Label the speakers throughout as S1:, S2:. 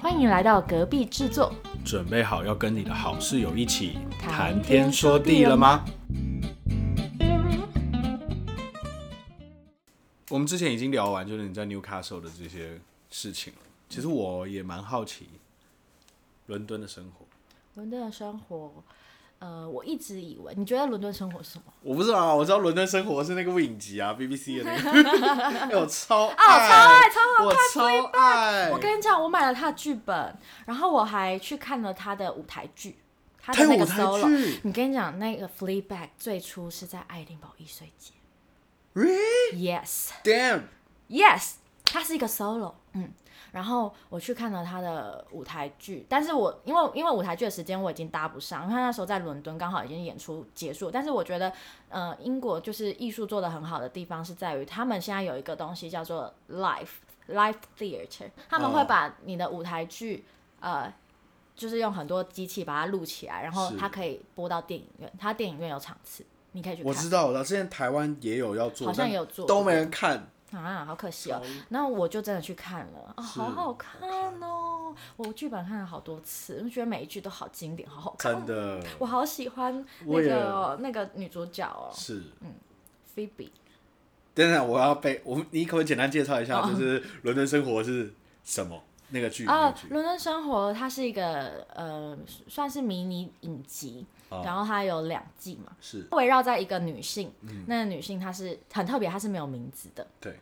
S1: 欢迎来到隔壁制作，
S2: 准备好要跟你的好室友一起
S1: 谈天说地了
S2: 吗？我们之前已经聊完，就是你在 Newcastle 的这些事情了。其实我也蛮好奇伦敦的生活，
S1: 伦敦的生活。呃，我一直以为你觉得伦敦生活是什么？
S2: 我不知道啊，我知道伦敦生活是那个部影集啊，BBC 的 那个，哎、我超
S1: 哦，超爱超
S2: 我超爱，
S1: 我跟你讲，我买了他的剧本，然后我还去看了他的舞台剧，他
S2: 他
S1: 的
S2: 有
S1: 那
S2: 舞
S1: 个
S2: 台
S1: solo。
S2: 剧
S1: 你跟你讲，那个 Fleabag 最初是在爱丁堡易碎节
S2: ，Really
S1: ，Yes
S2: damn，
S1: Yes，它是一个 solo，嗯。然后我去看了他的舞台剧，但是我因为因为舞台剧的时间我已经搭不上，因为他那时候在伦敦刚好已经演出结束。但是我觉得，呃，英国就是艺术做的很好的地方是在于他们现在有一个东西叫做 live live theater，他们会
S2: 哦
S1: 把你的舞台剧，呃，就是用很多机器把它录起来，然后
S2: 是
S1: 它可以播到电影院，它电影院有场次，你可以去
S2: 我
S1: 看。
S2: 知道，我知道，之前台湾也有要做，
S1: 好像
S2: 但
S1: 有做
S2: 都没人看。
S1: 啊，好可惜哦。那我就真的去看了，哦，好
S2: 是
S1: 好看哦！我剧本看了好多次，我觉得每一句都好经典，好好看。
S2: 真的
S1: 我好喜欢那
S2: 嗯我也
S1: 个那个女主角哦
S2: 是。
S1: ，Phoebe。
S2: 等等，我要被我们，你可不可以简单介绍一下，就是伦敦生活是什么？那个剧，那
S1: 哦
S2: 个，剧
S1: 伦敦生活它是一个呃，算是迷你影集，
S2: 哦
S1: 然后它有两季嘛，
S2: 是嗯
S1: 围绕在一个女性，那个女性她是很特别，她是没有名字的，
S2: 对，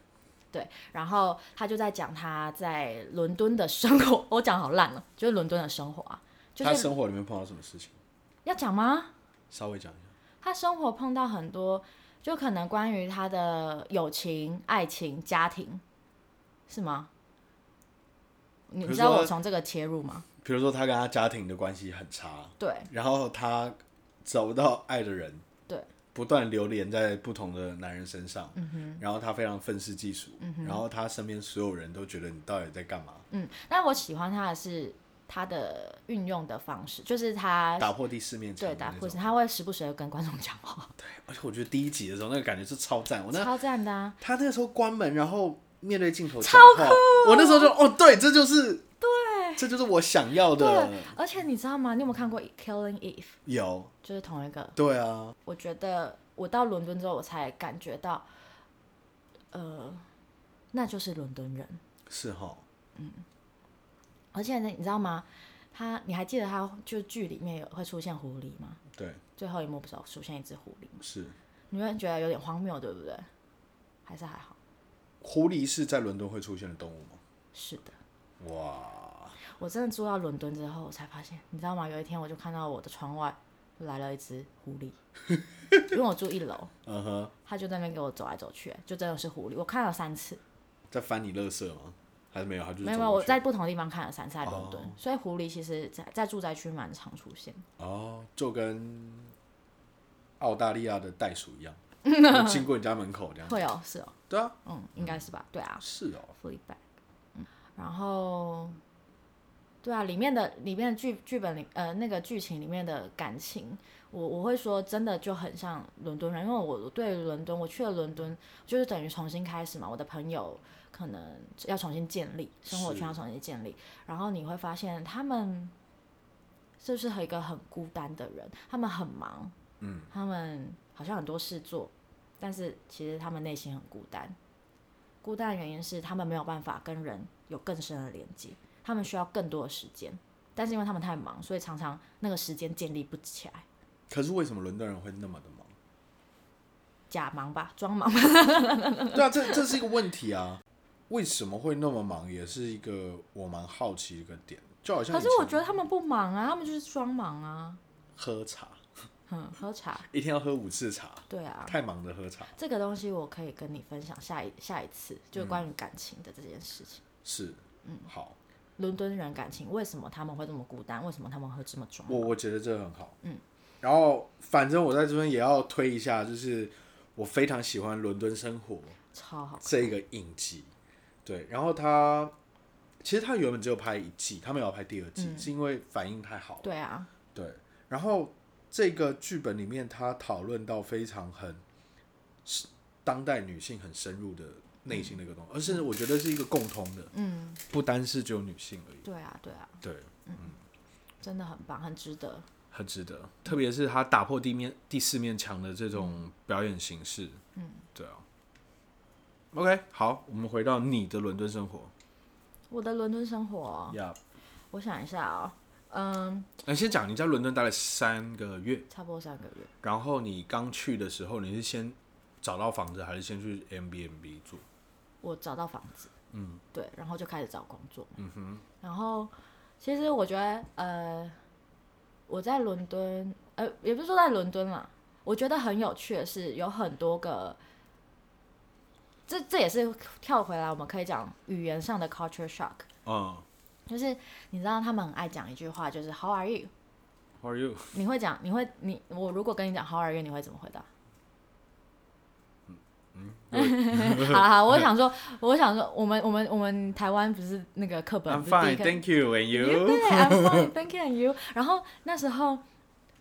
S1: 对，然后她就在讲她在伦敦的生活， 我讲好烂了，就是伦敦的生活啊，就
S2: 他
S1: 是
S2: 生活里面碰到什么事情，
S1: 要讲吗？
S2: 稍微讲一下。
S1: 他生活碰到很多，就可能关于他的友情、爱情、家庭，是吗？你
S2: 比如
S1: 知道
S2: 说
S1: 我从这个切入吗？
S2: 比如说，他跟他家庭的关系很差，
S1: 对
S2: 然后他找不到爱的人，
S1: 对，嗯
S2: 不断流连在不同的男人身上，然后他非常愤世嫉俗，然后他身边所有人都觉得你到底在干嘛，
S1: 嗯，但我喜欢他的是他的运用的方式，就是他
S2: 打破第四面墙
S1: 哎对
S2: 的
S1: 打
S2: 那
S1: 破
S2: 种。
S1: 是，他会时不时的跟观众讲话，
S2: 而且我觉得第一集的时候，那个感觉是超 赞，我那
S1: 超赞的、啊。
S2: 他那时候关门，然后面对镜头讲话，我那时候就哦，对，这就是对，这就是我想要的
S1: 对。，而且你知道吗？你有没有看过《Killing Eve》？
S2: 有，
S1: 就是同一个
S2: 对啊，
S1: 我觉得我到伦敦之后，我才感觉到，呃，那就是伦敦人。
S2: 是哈，
S1: 而且呢，你知道吗？他，你还记得他就剧里面有会出现狐狸吗？
S2: 对，
S1: 最后一幕不是有出现一只狐狸吗？
S2: 是。
S1: 你会觉得有点荒谬，对不对？还是还好？
S2: 狐狸是在伦敦会出现的动物吗？
S1: 是的，
S2: 哇，
S1: 我真的住到伦敦之后，我才发现，你知道吗？有一天我就看到我的窗外来了一只狐狸，因为我住一楼，
S2: 嗯哼，
S1: 它就在那边给我走来走去，就真的是狐狸。我看了三次，
S2: 在翻你垃圾吗？还是没有？他 就是
S1: 没有，没
S2: 走
S1: 有，
S2: 过
S1: 我
S2: 去
S1: 在不同的地方看了三次，在伦敦，所以狐狸其实在在住宅区蛮常出现。
S2: 哦，就跟澳大利亚的袋鼠 一样，就经过你家门口这样。
S1: 会哦，是哦，
S2: 对啊，
S1: 嗯，应该是吧？对啊，
S2: 是哦，
S1: Fleabag，嗯，然后，对啊，里面的里面的剧剧本里呃那个剧情里面的感情，我我会说真的就很像伦敦人，因为我我对伦敦，我去了伦敦就是等于重新开始嘛，我的朋友可能要重新建立生活
S2: 是
S1: 圈，要重新建立，然后你会发现他们就是和一个很孤单的人，他们很忙，嗯，他们好像很多事做，但是其实他们内心很孤单。孤单的原因是他们没有办法跟人有更深的连接，他们需要更多的时间，但是因为他们太忙，所以常常那个时间建立不起来，
S2: 可是为什么伦敦人会那么的忙？
S1: 假忙吧，装忙吧。
S2: 对啊，这这是一个问题啊。为什么会那么忙，也是一个我蛮好奇的一个点。就好像
S1: 可是
S2: 以前
S1: 我觉得他们不忙啊，他们就是装忙啊，
S2: 喝茶，
S1: 嗯，喝茶，
S2: 一天要喝五次茶，
S1: 对啊，
S2: 太忙的喝茶
S1: 这个东西我可以跟你分享下一下一次，
S2: 嗯
S1: 就是关于感情的这件事情。
S2: 是。嗯，好，
S1: 伦敦人感情为什么他们会这么孤单？为什么他们会这么装？
S2: 我我觉得这很好。嗯，然后反正我在这边也要推一下，就是我非常喜欢《伦敦生活》
S1: 超好，
S2: 这个影集，对，然后它其实它原本只有拍一季，他们也要拍第二
S1: 嗯
S2: 季，是因为反应太好了。
S1: 对啊，
S2: 对，然后这个剧本里面他讨论到非常很是当代女性很深入的内心的一个东西，而甚至我觉得是一个共通的，
S1: 嗯，
S2: 不单是只有女性而已。
S1: 对啊，对啊，
S2: 对，
S1: 真的很棒，很值得。
S2: 很值得，特别是他打破地面第四面墙的这种表演形式。嗯，对啊。OK，好，我们回到你的伦敦生活。
S1: 我的伦敦生活，
S2: 呀，
S1: 我想一下哦，嗯，
S2: 那哎先讲你在伦敦待了三个月，
S1: 差不多三个月。
S2: 然后你刚去的时候，你是先找到房子，还是先去 M B M B 住？
S1: 我找到房子，嗯，对，然后就开始找工作，嗯哼，然后其实我觉得，呃，我在伦敦，呃，也不是说在伦敦啦，我觉得很有趣的是，有很多个，这这也是跳回来，我们可以讲语言上的 culture shock，
S2: 嗯
S1: 就是你知道他们很爱讲一句话，就是 How are you？
S2: ，How are you？
S1: 你会讲，你会你我如果跟你讲 How are you，你会怎么回答？
S2: 嗯
S1: 好啦好，我想说，我想说，我们我们我们台湾不是那个课本
S2: I'm
S1: 不是第一
S2: fine,
S1: 课
S2: thank you, and
S1: 对
S2: you？
S1: ，I'm fine, thank you and you。然后那时候，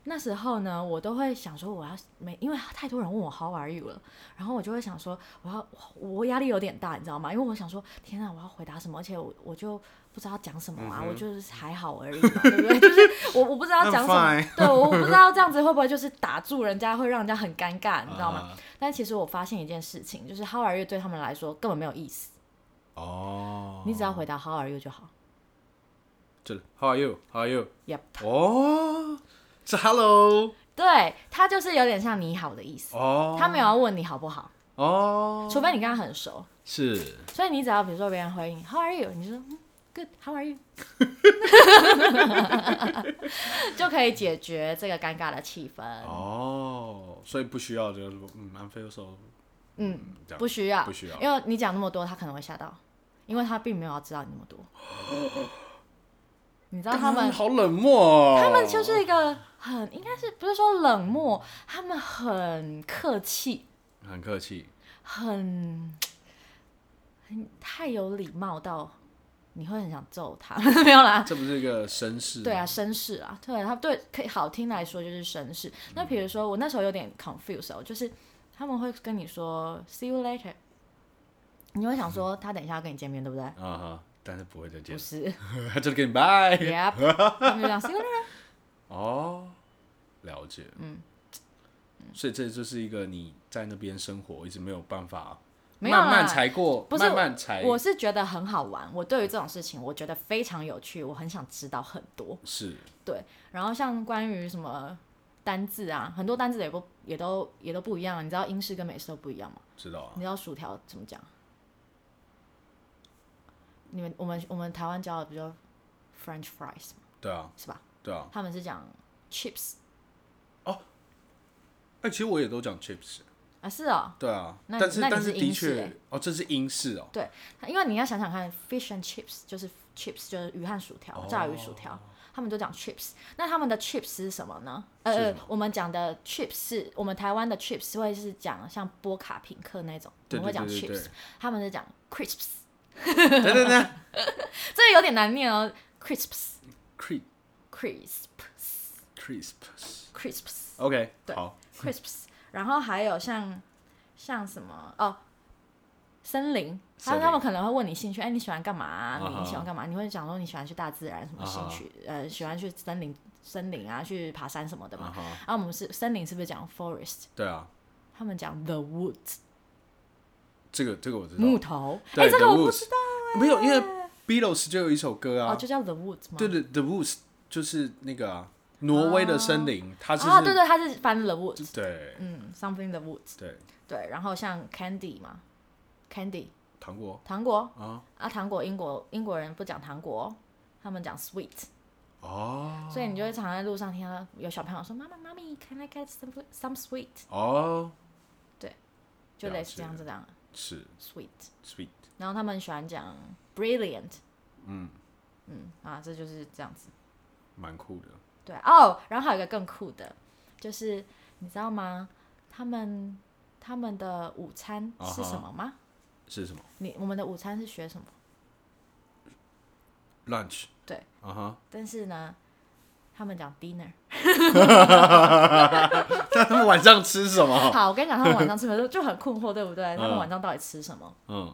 S1: 那时候呢，我都会想说，我要每因为太多人问我 How are you 了，然后我就会想说，我要我压力有点大，你知道吗？因为我想说，天啊，我要回答什么？而且我我就不知道讲什么啊，
S2: 嗯
S1: 我就是还好而已嘛，对不对？ 就是我我不知道
S2: I'm
S1: 讲什么
S2: fine，
S1: 对我我不知道这样子会不会就是打住人家，会让人家很尴尬，你知道吗？
S2: 啊
S1: 但其实我发现一件事情，就是 How are you 对他们来说根本没有意思，
S2: 哦，
S1: 你只要回答 How are you 就好。
S2: 这里 How are you? How are you?
S1: Yep，
S2: 哦，是 Hello
S1: 对，它就是有点像你好的意思。
S2: 哦，
S1: 他没有要问你好不好，
S2: 哦，
S1: 除非你跟他很熟，
S2: 是
S1: 所以你只要比如说别人回应 How are you，你就说嗯 Good How are you，就可以解决这个尴尬的气氛。
S2: 哦，所以不需要就是说嗯，I'm feel so，
S1: 嗯，
S2: 这样
S1: 不需要，
S2: 不需要
S1: 因为你讲那么多，他可能会吓到，因为他并没有要知道你那么多。 你知道他
S2: 干
S1: 们，
S2: 好冷漠哦，
S1: 他们就是一个很应该是不是说冷漠，他们很客气，
S2: 很客气，
S1: 很很太有礼貌到你会很想揍 他，没有啦。
S2: 这不是一个绅士吗
S1: 啊对啊，，绅士啊，对他对可以好听来说就是绅士。那比如说我那时候有点 confused，、哦，就是他们会跟你说 see you later，你会想说他等一下要跟你见面，对不对？
S2: 啊哈，但是不会再见 哎
S1: 不，是
S2: 他就给你拜，
S1: ，Yep，他们就讲 see you later，
S2: 哦，了解，嗯，所以这就是一个你在那边生活一直没有办法，
S1: 没有啦啊
S2: 慢慢才过，
S1: 不是
S2: 慢慢才
S1: 我是觉得很好玩，我对于这种事情我觉得非常有趣，我很想知道很多。
S2: 是
S1: 对，然后像关于什么单字啊，很多单字也不也都也都不一样，你知道英式跟美式都不一样吗？
S2: 知道啊
S1: 你，知道薯条怎么讲？你们我们我们台湾教的比较 French fries 嘛
S2: 对啊，
S1: 是吧？
S2: 对啊，
S1: 他们是讲 chips
S2: 哎，其实我也都讲 chips，
S1: 啊，是哦，
S2: 对啊，
S1: 那
S2: 但是
S1: 那你
S2: 但
S1: 是
S2: 的
S1: 英式
S2: 确
S1: 欸，
S2: 哦，这是英式哦，
S1: 对，因为你要想想看，fish and chips 就是 chips 就是鱼和薯条，炸鱼薯
S2: 哦
S1: 条，他们都讲 chips。那他们的 chips 是什么呢？呃，
S2: 是什
S1: 呃
S2: 么
S1: 我们讲的 chips 是我们台湾的 chips 会是讲像波卡平克那种，我
S2: 对
S1: 们会
S2: 对
S1: 讲
S2: 对对
S1: chips，
S2: 对，
S1: 他们是讲 crisps，
S2: 等等等
S1: 这个有点难念哦，crisps
S2: ，crisp
S1: crisps
S2: crisps。
S1: crisps。
S2: OK，
S1: 对
S2: 好，
S1: crisps，然后还有像像什么哦，森林，
S2: 森
S1: 他
S2: 林
S1: 他们可能会问你兴趣，哎，你喜欢干嘛啊、
S2: 啊哈啊
S1: 你喜欢干嘛？你会讲说你喜欢去大自然什么兴趣？呃，喜欢去森林森林啊，去爬山什么的
S2: 啊
S1: 嘛。
S2: 哈，
S1: 然后我们是森林是不是讲 forest？
S2: 对啊，
S1: 他们讲 the woods
S2: 这个这个我知道，
S1: 木头，哎、
S2: 对
S1: 这
S2: The
S1: 个我不
S2: Woods
S1: 知道
S2: 没有，因为 Beatles 就有一首歌
S1: 哦，
S2: 啊，
S1: 就叫 the woods 吗？
S2: 对对，The Woods 就是那个啊，挪威的森林，它就是
S1: 啊，对对，它是翻 the woods，
S2: 对
S1: 嗯，something the woods，
S2: 对
S1: 对，然后像 candy 嘛，candy
S2: 糖果
S1: 糖果，
S2: 啊，
S1: 啊，糖果英国英国人不讲糖果哦，他们讲 sweet，、
S2: 哦
S1: 所以你就会常在路上听到有小朋友说妈妈妈咪，can I get some some sweet？
S2: 哦
S1: 就类似
S2: 了解
S1: 这样子讲
S2: 是
S1: sweet，
S2: sweet
S1: 然后他们喜欢讲 brilliant，嗯嗯啊，这就是这样子。
S2: 蛮酷的，
S1: 对哦，然后还有一个更酷的，就是你知道吗？他们他们的午餐是
S2: 啊
S1: 什么吗
S2: 是什么
S1: 你我们的午餐是学什么？
S2: lunch
S1: 对，
S2: 啊哈
S1: 但是呢，他们讲 dinner。
S2: 那他们 晚上吃什么？
S1: 好，我跟你讲，他们晚上吃什么就就很困惑，对不对？他们晚上到底吃什么？
S2: 嗯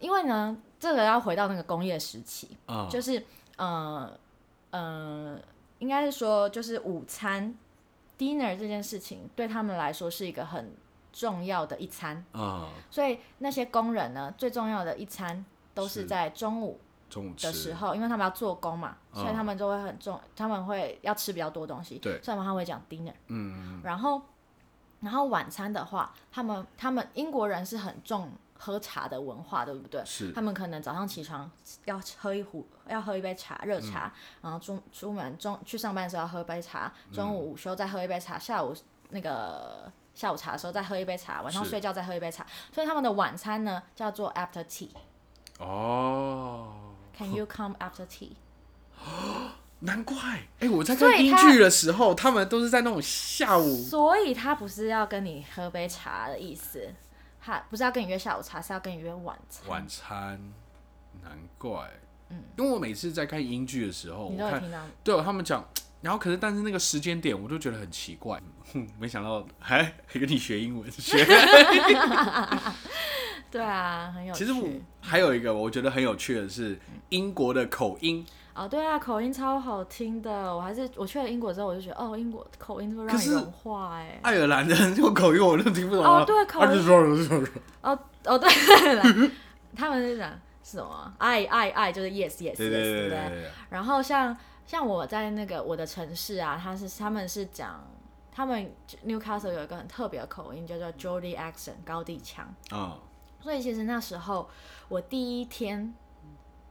S1: 因为呢，这个要回到那个工业时期，
S2: 啊
S1: 就是呃呃，应该是说就是午餐 dinner 这件事情对他们来说是一个很重要的一餐，
S2: 啊，
S1: 所以那些工人呢，最重要的一餐都是
S2: 是
S1: 在中午
S2: 中午吃
S1: 的时候，因为他们要做工嘛，所以
S2: 嗯
S1: 他们就会很重，他们会要吃比较多东西，
S2: 对
S1: 所以他们会讲 dinner。
S2: 嗯
S1: 然后，然后晚餐的话，他们他们英国人是很重喝茶的文化，对不对？
S2: 是
S1: 他们可能早上起床要喝一壶，要喝一杯茶，热茶，
S2: 嗯
S1: 然后出出门中去上班的时候要喝一杯茶，中午午休再喝一杯茶，下午那个下午茶的时候再喝一杯茶，晚上
S2: 是
S1: 睡觉再喝一杯茶。所以他们的晚餐呢叫做 after tea。
S2: 哦，
S1: Can you come after tea？
S2: 难怪哎、我在
S1: 所
S2: 看
S1: 以
S2: 英
S1: 他
S2: 剧的时候，他们都是在那种下午
S1: 所以他不是要跟你喝杯茶的意思，他不是要跟你约下午茶，是要跟你约晚餐。
S2: 晚餐，难怪。嗯，因为我每次在看英剧的时候，
S1: 你都
S2: 哦我
S1: 有
S2: 看
S1: 听到吗？
S2: 对啊他们讲，然后可是但是那个时间点，我就觉得很奇怪。哼，没想到 还还跟你学英文学。
S1: 对啊，很有趣。
S2: 其实我还有一个我觉得很有趣的是英国的口音，
S1: 哦，对啊，口音超好听的。我还是我去了英国之后，我就觉得哦，英国口音会让
S2: 可
S1: 你
S2: 是
S1: 融化哎。
S2: 爱尔兰人用口音我都听不懂啊
S1: 哦对口音
S2: 啊就说就说就说
S1: 哦哦，对 了，他们是讲是什么啊？爱爱爱就是 yes yes yes，
S2: 对对对对
S1: 不
S2: 对对，
S1: 然后像像我在那个我的城市啊，他是他们是讲他们 Newcastle 有一个很特别的口音，叫做 Geordie accent 高地腔。
S2: 嗯
S1: 所以其实那时候我第一天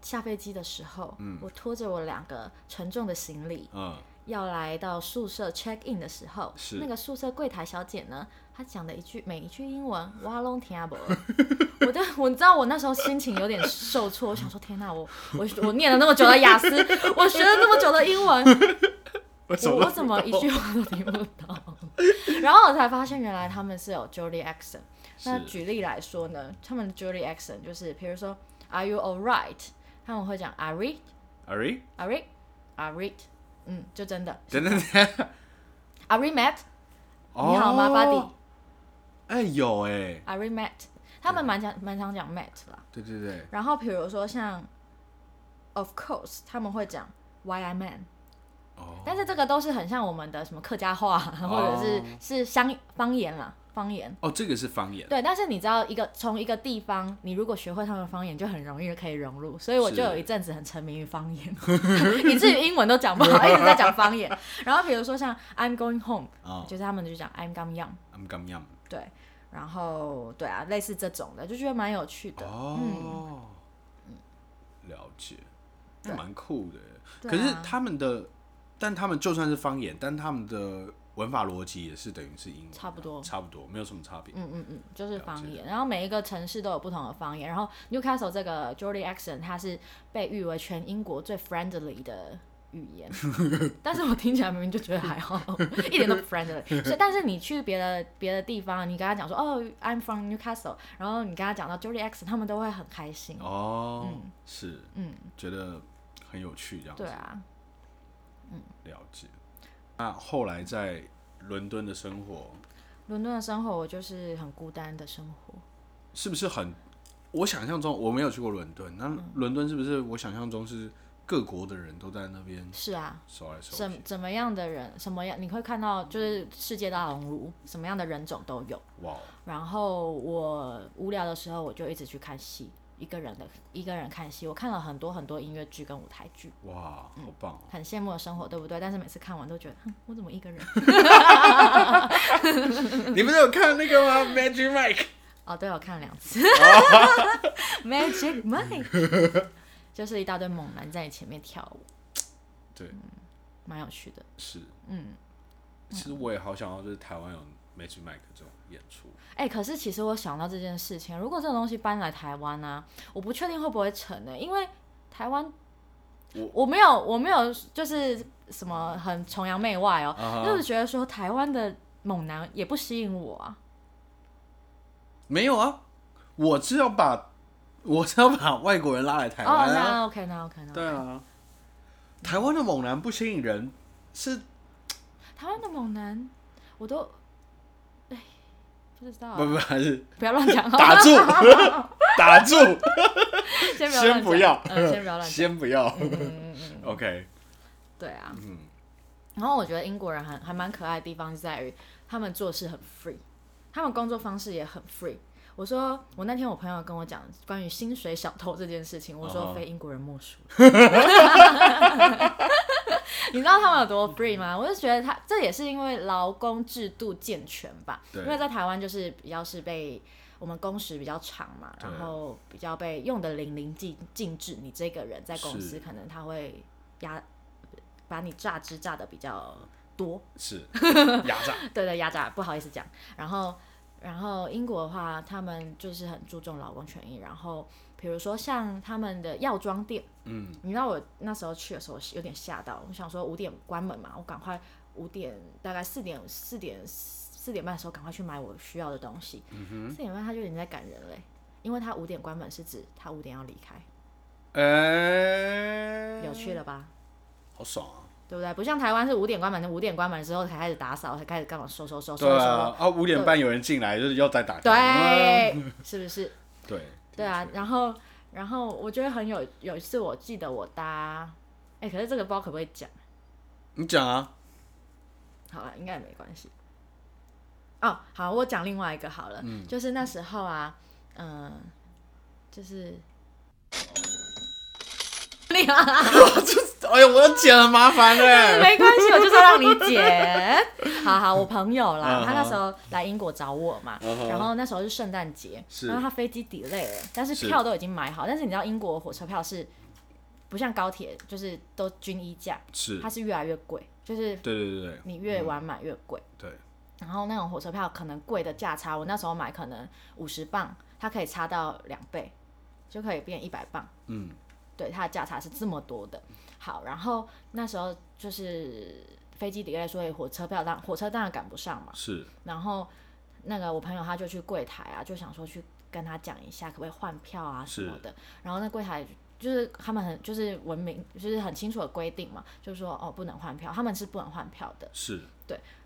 S1: 下飞机的时候，我拖着我两个沉重的行李
S2: 嗯，
S1: 要来到宿舍 check in 的时候，
S2: 是
S1: 那个宿舍柜台小姐呢，她讲的一句每一句英文我拢听不懂。我就我知道我那时候心情有点受挫，我想说天哪，我我我念了那么久的雅思，我学了那么久的英文，
S2: 我
S1: 我我怎么一句话都听不懂？ 然后我才发现，原来他们是有 Jolly accent。那
S2: 是
S1: 举例来说呢，他们的 Jolly accent 就是，比如说 Are you alright？他们会讲 Are we
S2: a r e
S1: Are we Are we？嗯，就真的
S2: 等等等，
S1: Are we met？
S2: 哦
S1: 你好吗，Buddy？
S2: 哎有哎，
S1: Are we met？他们蛮常蛮常讲 met 啦。
S2: 对对对
S1: 然后比如说像 Of course，他们会讲 Why I man。
S2: 哦，
S1: 但是这个都是很像我们的什么客家话，或者是、是乡方言啦，方言。
S2: 哦这个是方言，
S1: 对，但是你知道，一个从一个地方，你如果学会他们的方言，就很容易可以融入。所以我
S2: 是
S1: 就有一阵子很沉迷于方 言，以至于英文都讲不好，一直在讲方言。然后比如说像 I'm going home，、
S2: 哦
S1: 就是他们就讲 I'm going young，
S2: I'm g o m y u m
S1: 对，然后对啊，类似这种的，就觉得蛮有趣的。嗯
S2: 哦，了解，那
S1: 对
S2: 蛮酷的耶。
S1: 对
S2: 可是
S1: 啊
S2: 他们的，但他们就算是方言，但他们的文法逻辑也是等于是英文啊，
S1: 差不多
S2: 差不多，没有什么差别。
S1: 嗯嗯嗯，就是
S2: 了
S1: 方
S2: 解
S1: 言。然后每一个城市都有不同的方言。然后 Newcastle 这个 Geordie accent，它是被誉为全英国最 friendly 的语 言，但是我听起来明明就觉得还好， 一点都不 friendly。所以，但 是你去别的别的地方，你跟他讲说哦，I'm from Newcastle，然后你跟他讲到 Geordie accent，他们都会很开心。
S2: 哦，是，
S1: 嗯，
S2: 觉得很有趣，这样子
S1: 对啊，
S2: 了解。那后来在伦敦的生活
S1: 伦敦的生活我就是很孤单的生活。
S2: 是不是很？我想象中我没有去过伦敦，那
S1: 嗯
S2: 伦敦是不是我想象中是各国的人都在那边
S1: 是啊，
S2: 手来手去？
S1: 怎怎么样的人，什么样你会看到，就是世界大熔炉，什么样的人种都有。
S2: 哇，
S1: 然后我无聊的时候，我就一直去看戏，一个人的一个人看戏。我看了很多很多音乐剧跟舞台剧，
S2: 哇，好棒！哦
S1: 很羡慕的生活，对不对？但是每次看完都觉得，哼，我怎么一个人？ 嗯
S2: 你不是有看那 个吗？Magic Mike。
S1: 哦，对，我看了两次，Magic Mike，就是一大堆猛男在你前面跳舞，
S2: 对，
S1: 蛮有趣的。
S2: 是，嗯。其实我也好想要，就是台湾有 Magic Mike 这种演出。
S1: 哎、可是其实我想到这件事情，如果这种东西搬来台湾呢、我不确定会不会成呢、欸因为台湾
S2: 我
S1: 我没有我没有就是什么很崇洋媚外哦、
S2: 啊哈
S1: 就是觉得说台湾的猛男也不吸引我啊。
S2: 没有啊，我是要把我是要把外国人拉来台湾
S1: 哦，
S2: 啊。
S1: 那 OK，那 OK，那 OK
S2: 对啊，台湾的猛男不吸引人，是
S1: 台湾的猛男，我都，哎，不知道啊、
S2: 不不还是
S1: 不要乱讲哦，
S2: 打住打住，
S1: 先不要
S2: 先
S1: 乱
S2: 不
S1: 讲
S2: 要，
S1: 嗯，先不要乱讲，
S2: 先不要。
S1: 嗯嗯嗯，
S2: OK，
S1: 对啊。
S2: 嗯，
S1: 然后我觉得英国人还还蛮可爱的地方是在于他们做事很 free，他们工作方式也很 free。我说我那天我朋友跟我讲关于薪水小偷这件事情，我
S2: 哦
S1: 说非英国人莫属。 你知道他们有多 free 吗？我就觉得他这也是因为劳工制度健全吧，
S2: 对
S1: 因为在台湾就是比较是被我们工时比较长嘛，
S2: 对
S1: 然后比较被用的淋漓尽尽致。你这个人在公
S2: 是
S1: 司可能他会压把你榨汁榨的比较多，
S2: 是 压榨，
S1: 对对，压榨，不好意思讲。然后，然后英国的话，他们就是很注重劳工权益。然后，比如说像他们的药妆店，
S2: 嗯，
S1: 你知道我那时候去的时候是有点吓到，我想说五点关门嘛，我赶快五点大概四点四点四点半的时候赶快去买我需要的东西。四点半他就已经在赶人嘞、因为他五点关门是指他五点要离开，
S2: 哎，
S1: 有趣了吧？
S2: 好爽啊！
S1: 对不对？不像台湾是五点关门，五点关门之后才开始打扫，才开始干嘛收收收收
S2: 对
S1: 收
S2: 啊，啊，五点半有人进来就是要再打开，嗯
S1: 对，是不是？
S2: 对
S1: 对啊
S2: 的，确
S1: 然后然后我觉得很有有一次，我记得我搭，哎、可是这个不知道可不可以讲，
S2: 你讲啊，
S1: 好了，应该也没关系。哦，好，我讲另外一个好了，就是那时候啊，嗯、就是。你啊，
S2: 哎呦，我要讲麻烦嘞，
S1: 没关系，我就是要让你剪。 好好，我朋友
S2: 嗯
S1: 啦，
S2: 好
S1: 他那时候来英国找我嘛，
S2: 嗯好
S1: 然后那时候是圣诞节，
S2: 是
S1: 然后他飞机 delay 了，但是
S2: 是
S1: 票都已经买好，但是你知道英国火车票是不像高铁，就是都均一价，
S2: 是嗯
S1: 它，是越来越贵，就是
S2: 对对对
S1: 你越晚买越贵。
S2: 对
S1: 然后那种火车票可能贵的价差，我那时候买可能五十磅，它可以差到两倍，就可以变一百磅。
S2: 嗯，
S1: 对，它的价差是这么多的。好，然后那时候就是飞机 delay，所以火车票当火车当然赶不上嘛。
S2: 是，
S1: 然后那个我朋友他就去柜台啊，就想说去跟他讲一下，可不可以换票啊什
S2: 是
S1: 么的。然后那柜台就是他们很就是文明，就是很清楚的规定嘛，就是说哦不能换票，他们是不能换票的。
S2: 是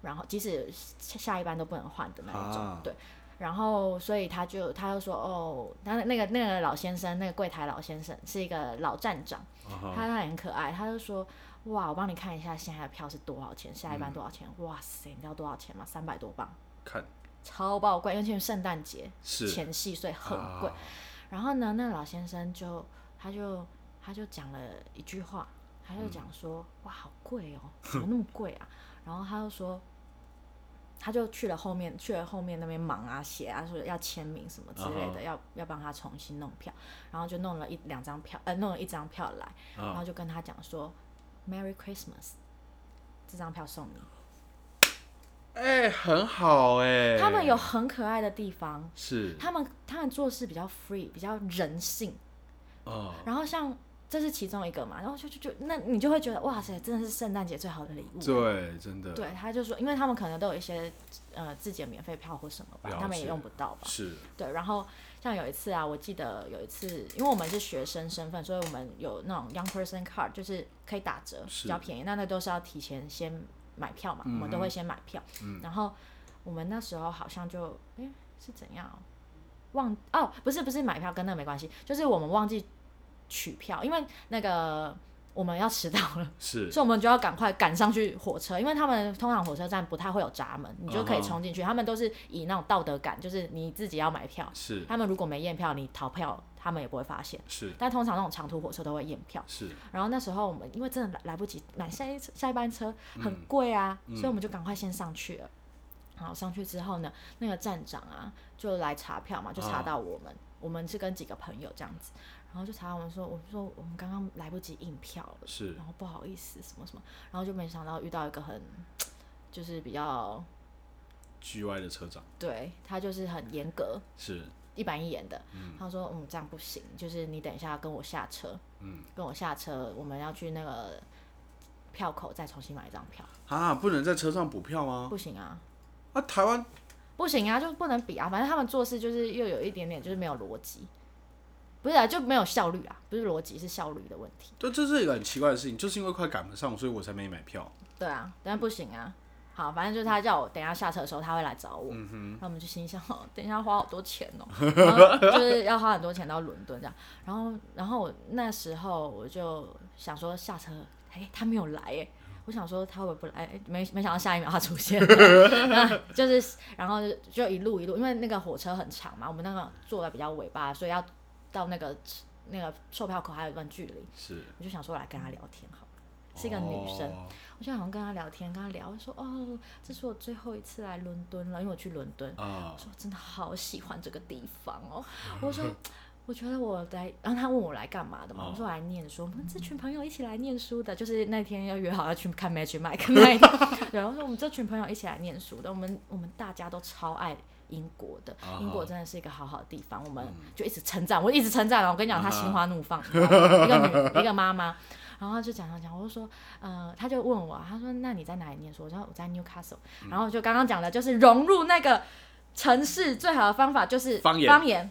S1: 然后即使下下一班都不能换的那一种，
S2: 啊
S1: 对。然后，所以他就他就说，哦，那那个那个老先生，那个柜台老先生是一个老站长，
S2: 啊
S1: 他
S2: 哈，
S1: 他很可爱，他就说，哇，我帮你看一下现在的票是多少钱，下
S2: 嗯
S1: 一班多少钱？哇塞，你知道多少钱吗？三百多磅，
S2: 看
S1: 超爆贵，尤其是圣诞节
S2: 是
S1: 前夕，所以很贵。
S2: 啊
S1: 然后呢，那老先生就他就他就讲了一句话，他就
S2: 嗯
S1: 讲说：“哇，好贵哦，怎么那么贵啊？”然后他就说，他就去了后面，去了后面那边忙啊、写啊，说要签名什么之类
S2: 啊哈
S1: 的，要要帮他重新弄票，然后就弄了一两张票，呃，弄了一张票来，然
S2: 啊
S1: 后就跟他讲说：“Merry Christmas，这张票送你。
S2: 哎，很好哎，
S1: 他们有很可爱的地方，
S2: 是
S1: 他们他们做事比较 free，比较人性。
S2: 哦，
S1: 然后像这是其中一个嘛，然后就就就那你就会觉得哇塞，真的是圣诞节最好的礼物。
S2: 对，真的，
S1: 对，他就说，因为他们可能都有一些呃自己的免费票或什么
S2: 了
S1: 吧
S2: 解，
S1: 他们也用不到吧。
S2: 是
S1: 对，然后像有一次啊，我记得有一次，因为我们是学生身份，所以我们有那种 young person card，就是可以打折，
S2: 是
S1: 比较便宜。那那都是要提前先买票嘛，我们
S2: 嗯
S1: 都会先买票。然后我们那时候好像就诶是怎样哦忘哦，不是不是买票跟那没关系，就是我们忘记取票，因为那个我们要迟到了。
S2: 是
S1: 所以我们就要赶快赶上去火车，因为他们通常火车站不太会有闸门，你就可以
S2: 嗯哼
S1: 冲进去。他们都是以那种道德感，就是你自己要买票，
S2: 是
S1: 他们如果没验票，你逃票他们也不会发现。
S2: 是
S1: 但通常那种长途火车都会验票。
S2: 是
S1: 然后那时候我们因为真的来来不及买下一下一班车，
S2: 嗯
S1: 很贵啊，所以我们就赶快先上去了。好，上去之后呢，那个站长啊就来查票嘛，就
S2: 啊
S1: 查到我们，我们是跟几个朋友这样子，然后就查到我们说，我们说我们刚刚来不及印票了，
S2: 是
S1: 然后不好意思什么什么，然后就没想到遇到一个很就是比较
S2: G Y 的车长
S1: 对他就是很严格，
S2: 是
S1: 一板一眼的。他说：“嗯，这样不行，就是你等一下跟我下车，嗯，跟我下车，我们要去那个票口再重新买一张票。
S2: 啊，不能在车上补票吗？
S1: 不行啊，
S2: 啊，台湾
S1: 不行啊，就不能比啊。反正他们做事就是又有一点点就是没有逻辑，不不是啊，就没有效率啊，不是逻辑，是效率的问题。
S2: 对，这是一个很奇怪的事情，就是因为快赶不上，所以我才没买票。
S1: 对啊，但不行啊。好，反正就是他叫我等一下下车的时候，他会来找我。然后我们就心想，哦等一下花好多钱哦、然后就是要花很多钱到伦敦这样。然后，然后我那时候我就想说下车，哎、他没有来哎、我想说他会不会来，哎没没想到下一秒他出现 了，那就是然后就就一路一路，因为那个火车很长嘛，我们那个坐的比较尾巴，所以要到那个那个售票口还有一段距离，
S2: 是，
S1: 我就想说来跟他聊天好了，是一个女生，
S2: 哦
S1: 我就好像跟他聊天，跟他聊，我说哦，这是我最后一次来伦敦了，因为我去伦敦，
S2: 啊
S1: 我，说真的好喜欢这个地方哦。我说我觉得我来，然后他问我来干嘛的嘛，
S2: 哦
S1: 我说我来念书，我们这群朋友一起来念书的，就是那天要约好要去看 Magic Mike 那一天，然后说我们这群朋友一起来念书的，我们我们大家都超爱。英国的
S2: 啊哈，嗯
S1: 英国真的是一个好好的地方，我们就一直称赞，我一直称赞哦，我跟你讲，她
S2: 啊哈
S1: 心花怒放，你知道吗一个女，一个妈妈，然后就讲讲讲，我就说，呃，他就问我，他说那你在哪里念书？我说我在 Newcastle，、然
S2: 嗯
S1: 后就刚刚讲的就是融入那个城市最好的方法就是
S2: 方言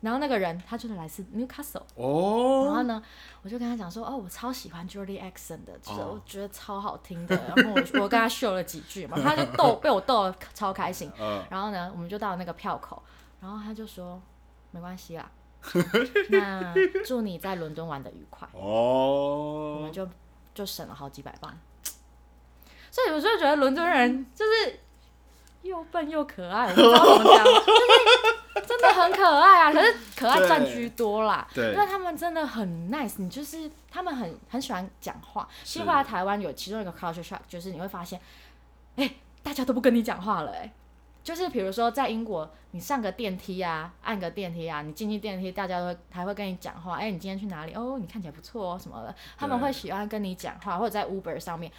S1: 然后那个人他就是来自 Newcastle，、然
S2: 哦，
S1: 后呢，我就跟他讲说，哦，我超喜欢 Jody Accent 的，就是
S2: 哦
S1: 我觉得超好听的。然后我我跟他秀了几句 嘛，他就逗被我逗得超开心。
S2: 呃，
S1: 然后呢，我们就到那个票口，然后他就说没关系啦，那祝你在伦敦玩的愉快。我
S2: 哦
S1: 们，就就省了好几百磅。嗯所以我就觉得伦敦人就是又笨又可爱，我不知道怎么讲，就是真的很可爱啊。可是可爱占居多啦，
S2: 对
S1: 因为他们真的很 nice，你就是他们很很喜欢讲话。其实后来台湾有其中一个 culture shock，就是你会发现，哎、大家都不跟你讲话了、哎。就是比如说，在英国，你上个电梯啊，按个电梯啊，你进去电梯，大家都会还会跟你讲话。哎、你今天去哪里？哦，你看起来不错哦，什么的。他们
S2: 对
S1: 会喜欢跟你讲话，或者在 Uber 上面，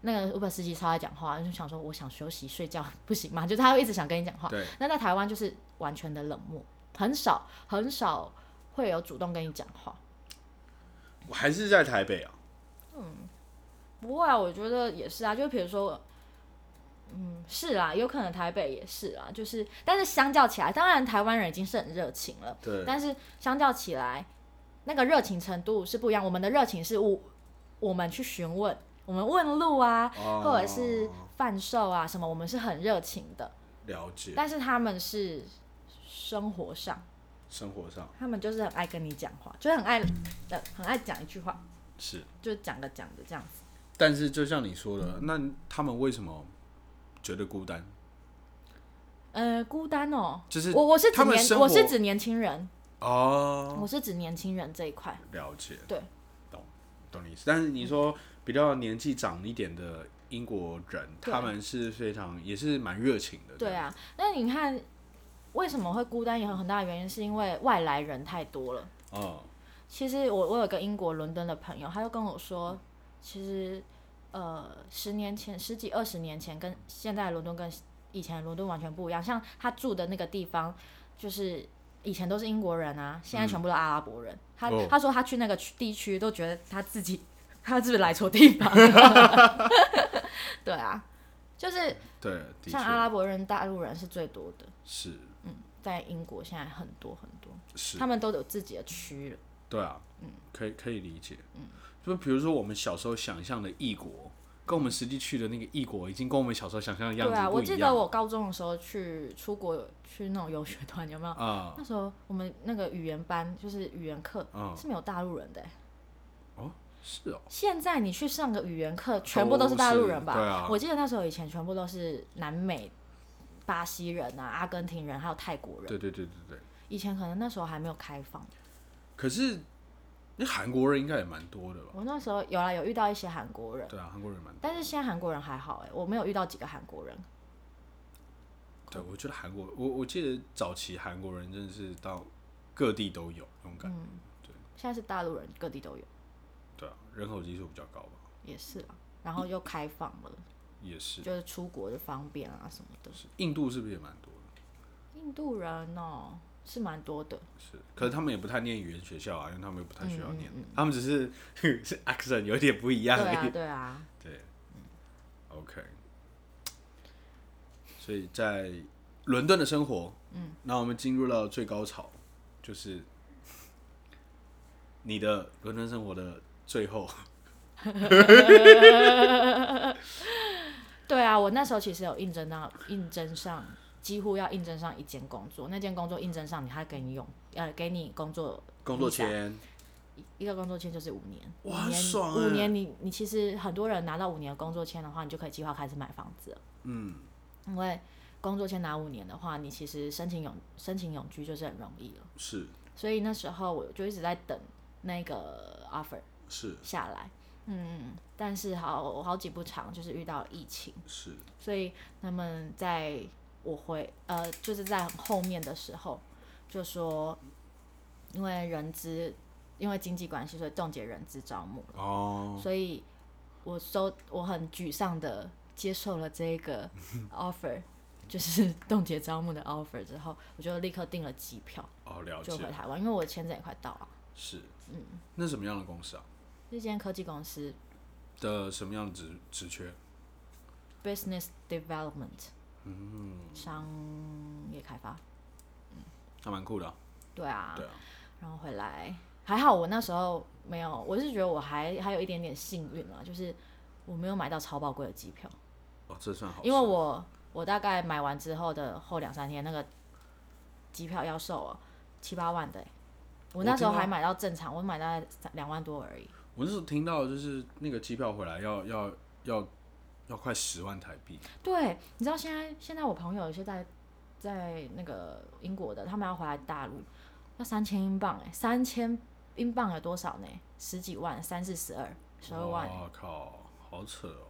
S1: 那个 Uber 司机超爱讲话，就想说我想休息睡觉不行吗？就是他会一直想跟你讲话。
S2: 对，
S1: 那在台湾就是完全的冷漠，很少很少会有主动跟你讲话。
S2: 我还是在台北啊，
S1: 不会啊，我觉得也是啊，就比如说。嗯，是啦，有可能台北也是啊，就是，但是相较起来，当然台湾人已经是很热情了，
S2: 对，啊
S1: 但是相较起来，那个热情程度是不一样。我们的热情是我我们去询问，我们问路啊，
S2: 哦
S1: 或者是贩售啊什么，我们是很热情的。
S2: 了解，
S1: 但是他们是生活上，
S2: 生活上
S1: 他们就是很爱跟你讲话，就是很爱呃很爱讲一句话，
S2: 是，
S1: 就讲个讲的这样子。
S2: 但是就像你说的，那他们为什么觉得孤单？
S1: 呃，孤单哦，
S2: 就是
S1: 我我是指
S2: 他们
S1: 年
S2: 生
S1: 我
S2: 活
S1: 是指年轻人，
S2: 哦，
S1: 我是指年轻人这一块。
S2: 了解，
S1: 对，
S2: 懂懂你意思。但是你说比较年纪长一点的英国人，
S1: 对
S2: 他们是非常也是蛮热情的，
S1: 对啊，那你看为什么会孤单，也有很大的原因是因为外来人太多了。
S2: 这样，哦，
S1: 其实我我有个英国伦敦的朋友，他就跟我
S2: 嗯
S1: 说，其实呃十年前十几二十年前跟现在的伦敦跟以前的伦敦完全不一样，像他住的那个地方就是。以前都是英国人啊，现在全部都阿拉伯人。他
S2: 嗯哦
S1: 他说他去那个区地区都觉得他自己他是不是来错地方？ 对啊，就是
S2: 对，的
S1: 像阿
S2: 确
S1: 拉伯人、大陆人是最多的，
S2: 是
S1: 在英国现在很多很多，
S2: 是
S1: 他，们嗯都有自己的区了。
S2: 对啊，可以可以理解，
S1: 嗯
S2: 就比如说我们小时候想象的异国，跟我们实际去的那个异国，已经跟我们小时候想象的样子
S1: 对啊，
S2: 不
S1: 我
S2: 一
S1: 记得
S2: 样
S1: 我高中的时候去出国有去那种游学团，有没有？
S2: 啊，
S1: 那时候我们那个语言班就是语言课、
S2: 嗯
S1: 是没有大陆人的欸、
S2: 是哦，
S1: 现在你去上个语言课，全部都是大陆人吧？
S2: 对啊
S1: 我记得那时候以前全部都是南美、巴西人啊、阿根廷人，还有泰国人。
S2: 对对对对对。
S1: 以前可能那时候还没有开放，
S2: 可是那韩国人应该也蛮多的吧？
S1: 我那时候有啦，有遇到一些韩国人，
S2: 对啊，韩国人蛮多。
S1: 但是现在韩国人还好哎、我没有遇到几个韩国人。
S2: 对，我觉得韩国，我我记得早期韩国人真的是到各地都有那种感觉，
S1: 现在是大陆人，各地都有，
S2: 对啊，人口基数比较高吧，
S1: 也是啊。然后又开放了，
S2: 也是。
S1: 就是出国就方便啊什么的。
S2: 是印度是不是也蛮多的？
S1: 印度人哦，是蛮多的，
S2: 是，可是他们也不太念语言学校啊，因为他们又不太需要
S1: 嗯嗯
S2: 念，他们只是 是 accent 有点不一
S1: 对
S2: 样而
S1: 啊，
S2: 已。
S1: 对啊，
S2: 对，OK。所以在伦敦的生活，嗯，那我们进入到最高潮，就是你的伦敦生活的最后，
S1: 对啊，我那时候其实有应征到应征上，几乎要应征上一间工作，那间工作应征上你，他给你用呃给你工作
S2: 工作
S1: visa
S2: 前
S1: 一个工作签就是五年，
S2: 哇
S1: 五
S2: 很
S1: 年
S2: 爽欸
S1: 五年你你其实很多人拿到五年的工作签的话，你就可以计划开始买房子了。
S2: 嗯，
S1: 因为工作签拿五年的话，你其实申请永申请永居就是很容易了。
S2: 是
S1: 所以那时候我就一直在等那个 offer
S2: 是
S1: 下来，嗯，但是好我好景不长，就是遇到疫情，
S2: 是，
S1: 所以他们在我回呃就是在很后面的时候就说，因为人资因为经济关系，所以冻结人资招募。
S2: 哦，
S1: 所以我收我很沮丧的接受了这 个 offer，就是冻结招募的 offer 之后，我就立刻订了机票
S2: 哦，了
S1: 就回
S2: 解，
S1: 台湾，因为我的签证也快到了。
S2: 是，嗯，那什么样的公司啊？
S1: 这间科技公司
S2: 的什么样的职职缺？
S1: business development，嗯，商业开发，
S2: 还蛮酷的啊、
S1: 对啊，
S2: 对啊，
S1: 然后回来还好，我那时候没有，我是觉得我还还有一点点幸运啦，就是我没有买到超宝贵的机票。
S2: 哦，这算好事，
S1: 因为我我大概买完之后的后两三天，那个机票要售哦七八万的欸、我那时候
S2: 我听到
S1: 还买到正常，我买大概三两万多而已。
S2: 我那时候听到就是那个机票回来要要要要快十万台币，
S1: 对，你知道现在现在我朋友有些在在那个英国的，他们要回来大陆，要三千英镑哎、三千英镑有多少呢？十几万，三四十二，十二万欸、
S2: 哇靠，好扯哦，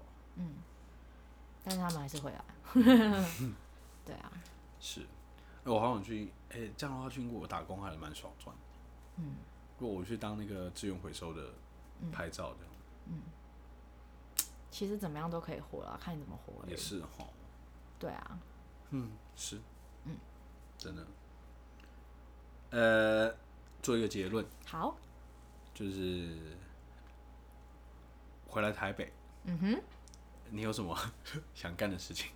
S1: 但是他们还是回来。对啊，
S2: 是，哎，我好想去，哎、这样的话去英国打工还是蛮爽赚的，嗯，如果我去当那个资源回收的
S1: 嗯
S2: 拍照这样、
S1: 其实怎么样都可以活了，看你怎么活而已
S2: 也是哦哈，
S1: 对啊，
S2: 嗯，是，嗯，真的，呃，做一个结论
S1: 好，
S2: 就是回来台北，
S1: 嗯哼。
S2: 你有什么 想干的事情？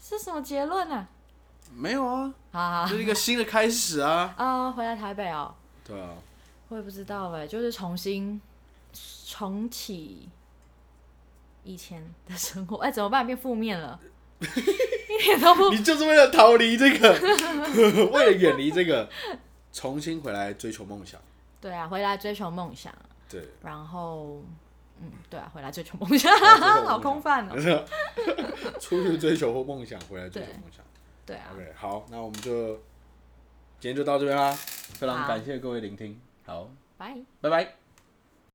S1: 是什么结论啊？
S2: 没有啊，
S1: 啊
S2: 就是一个新的开始啊。
S1: 啊！回来台北哦，
S2: 对啊，
S1: 我也不知道哎，就是重新重启以前的生活。哎，怎么办？变负面了， 一点都不
S2: 你就是为了逃离这个， 为了远离这个，重新回来追求梦想。
S1: 对啊！回来追求梦想，
S2: 对，
S1: 然后嗯，对啊，回来追求梦想， 好空泛哦。
S2: 出去追求或梦想，回来追求梦想。
S1: 对啊，
S2: OK，好，那我们就今天就到这边啦，非常
S1: 好
S2: 感谢各位聆听，好，
S1: 拜。
S2: 拜拜。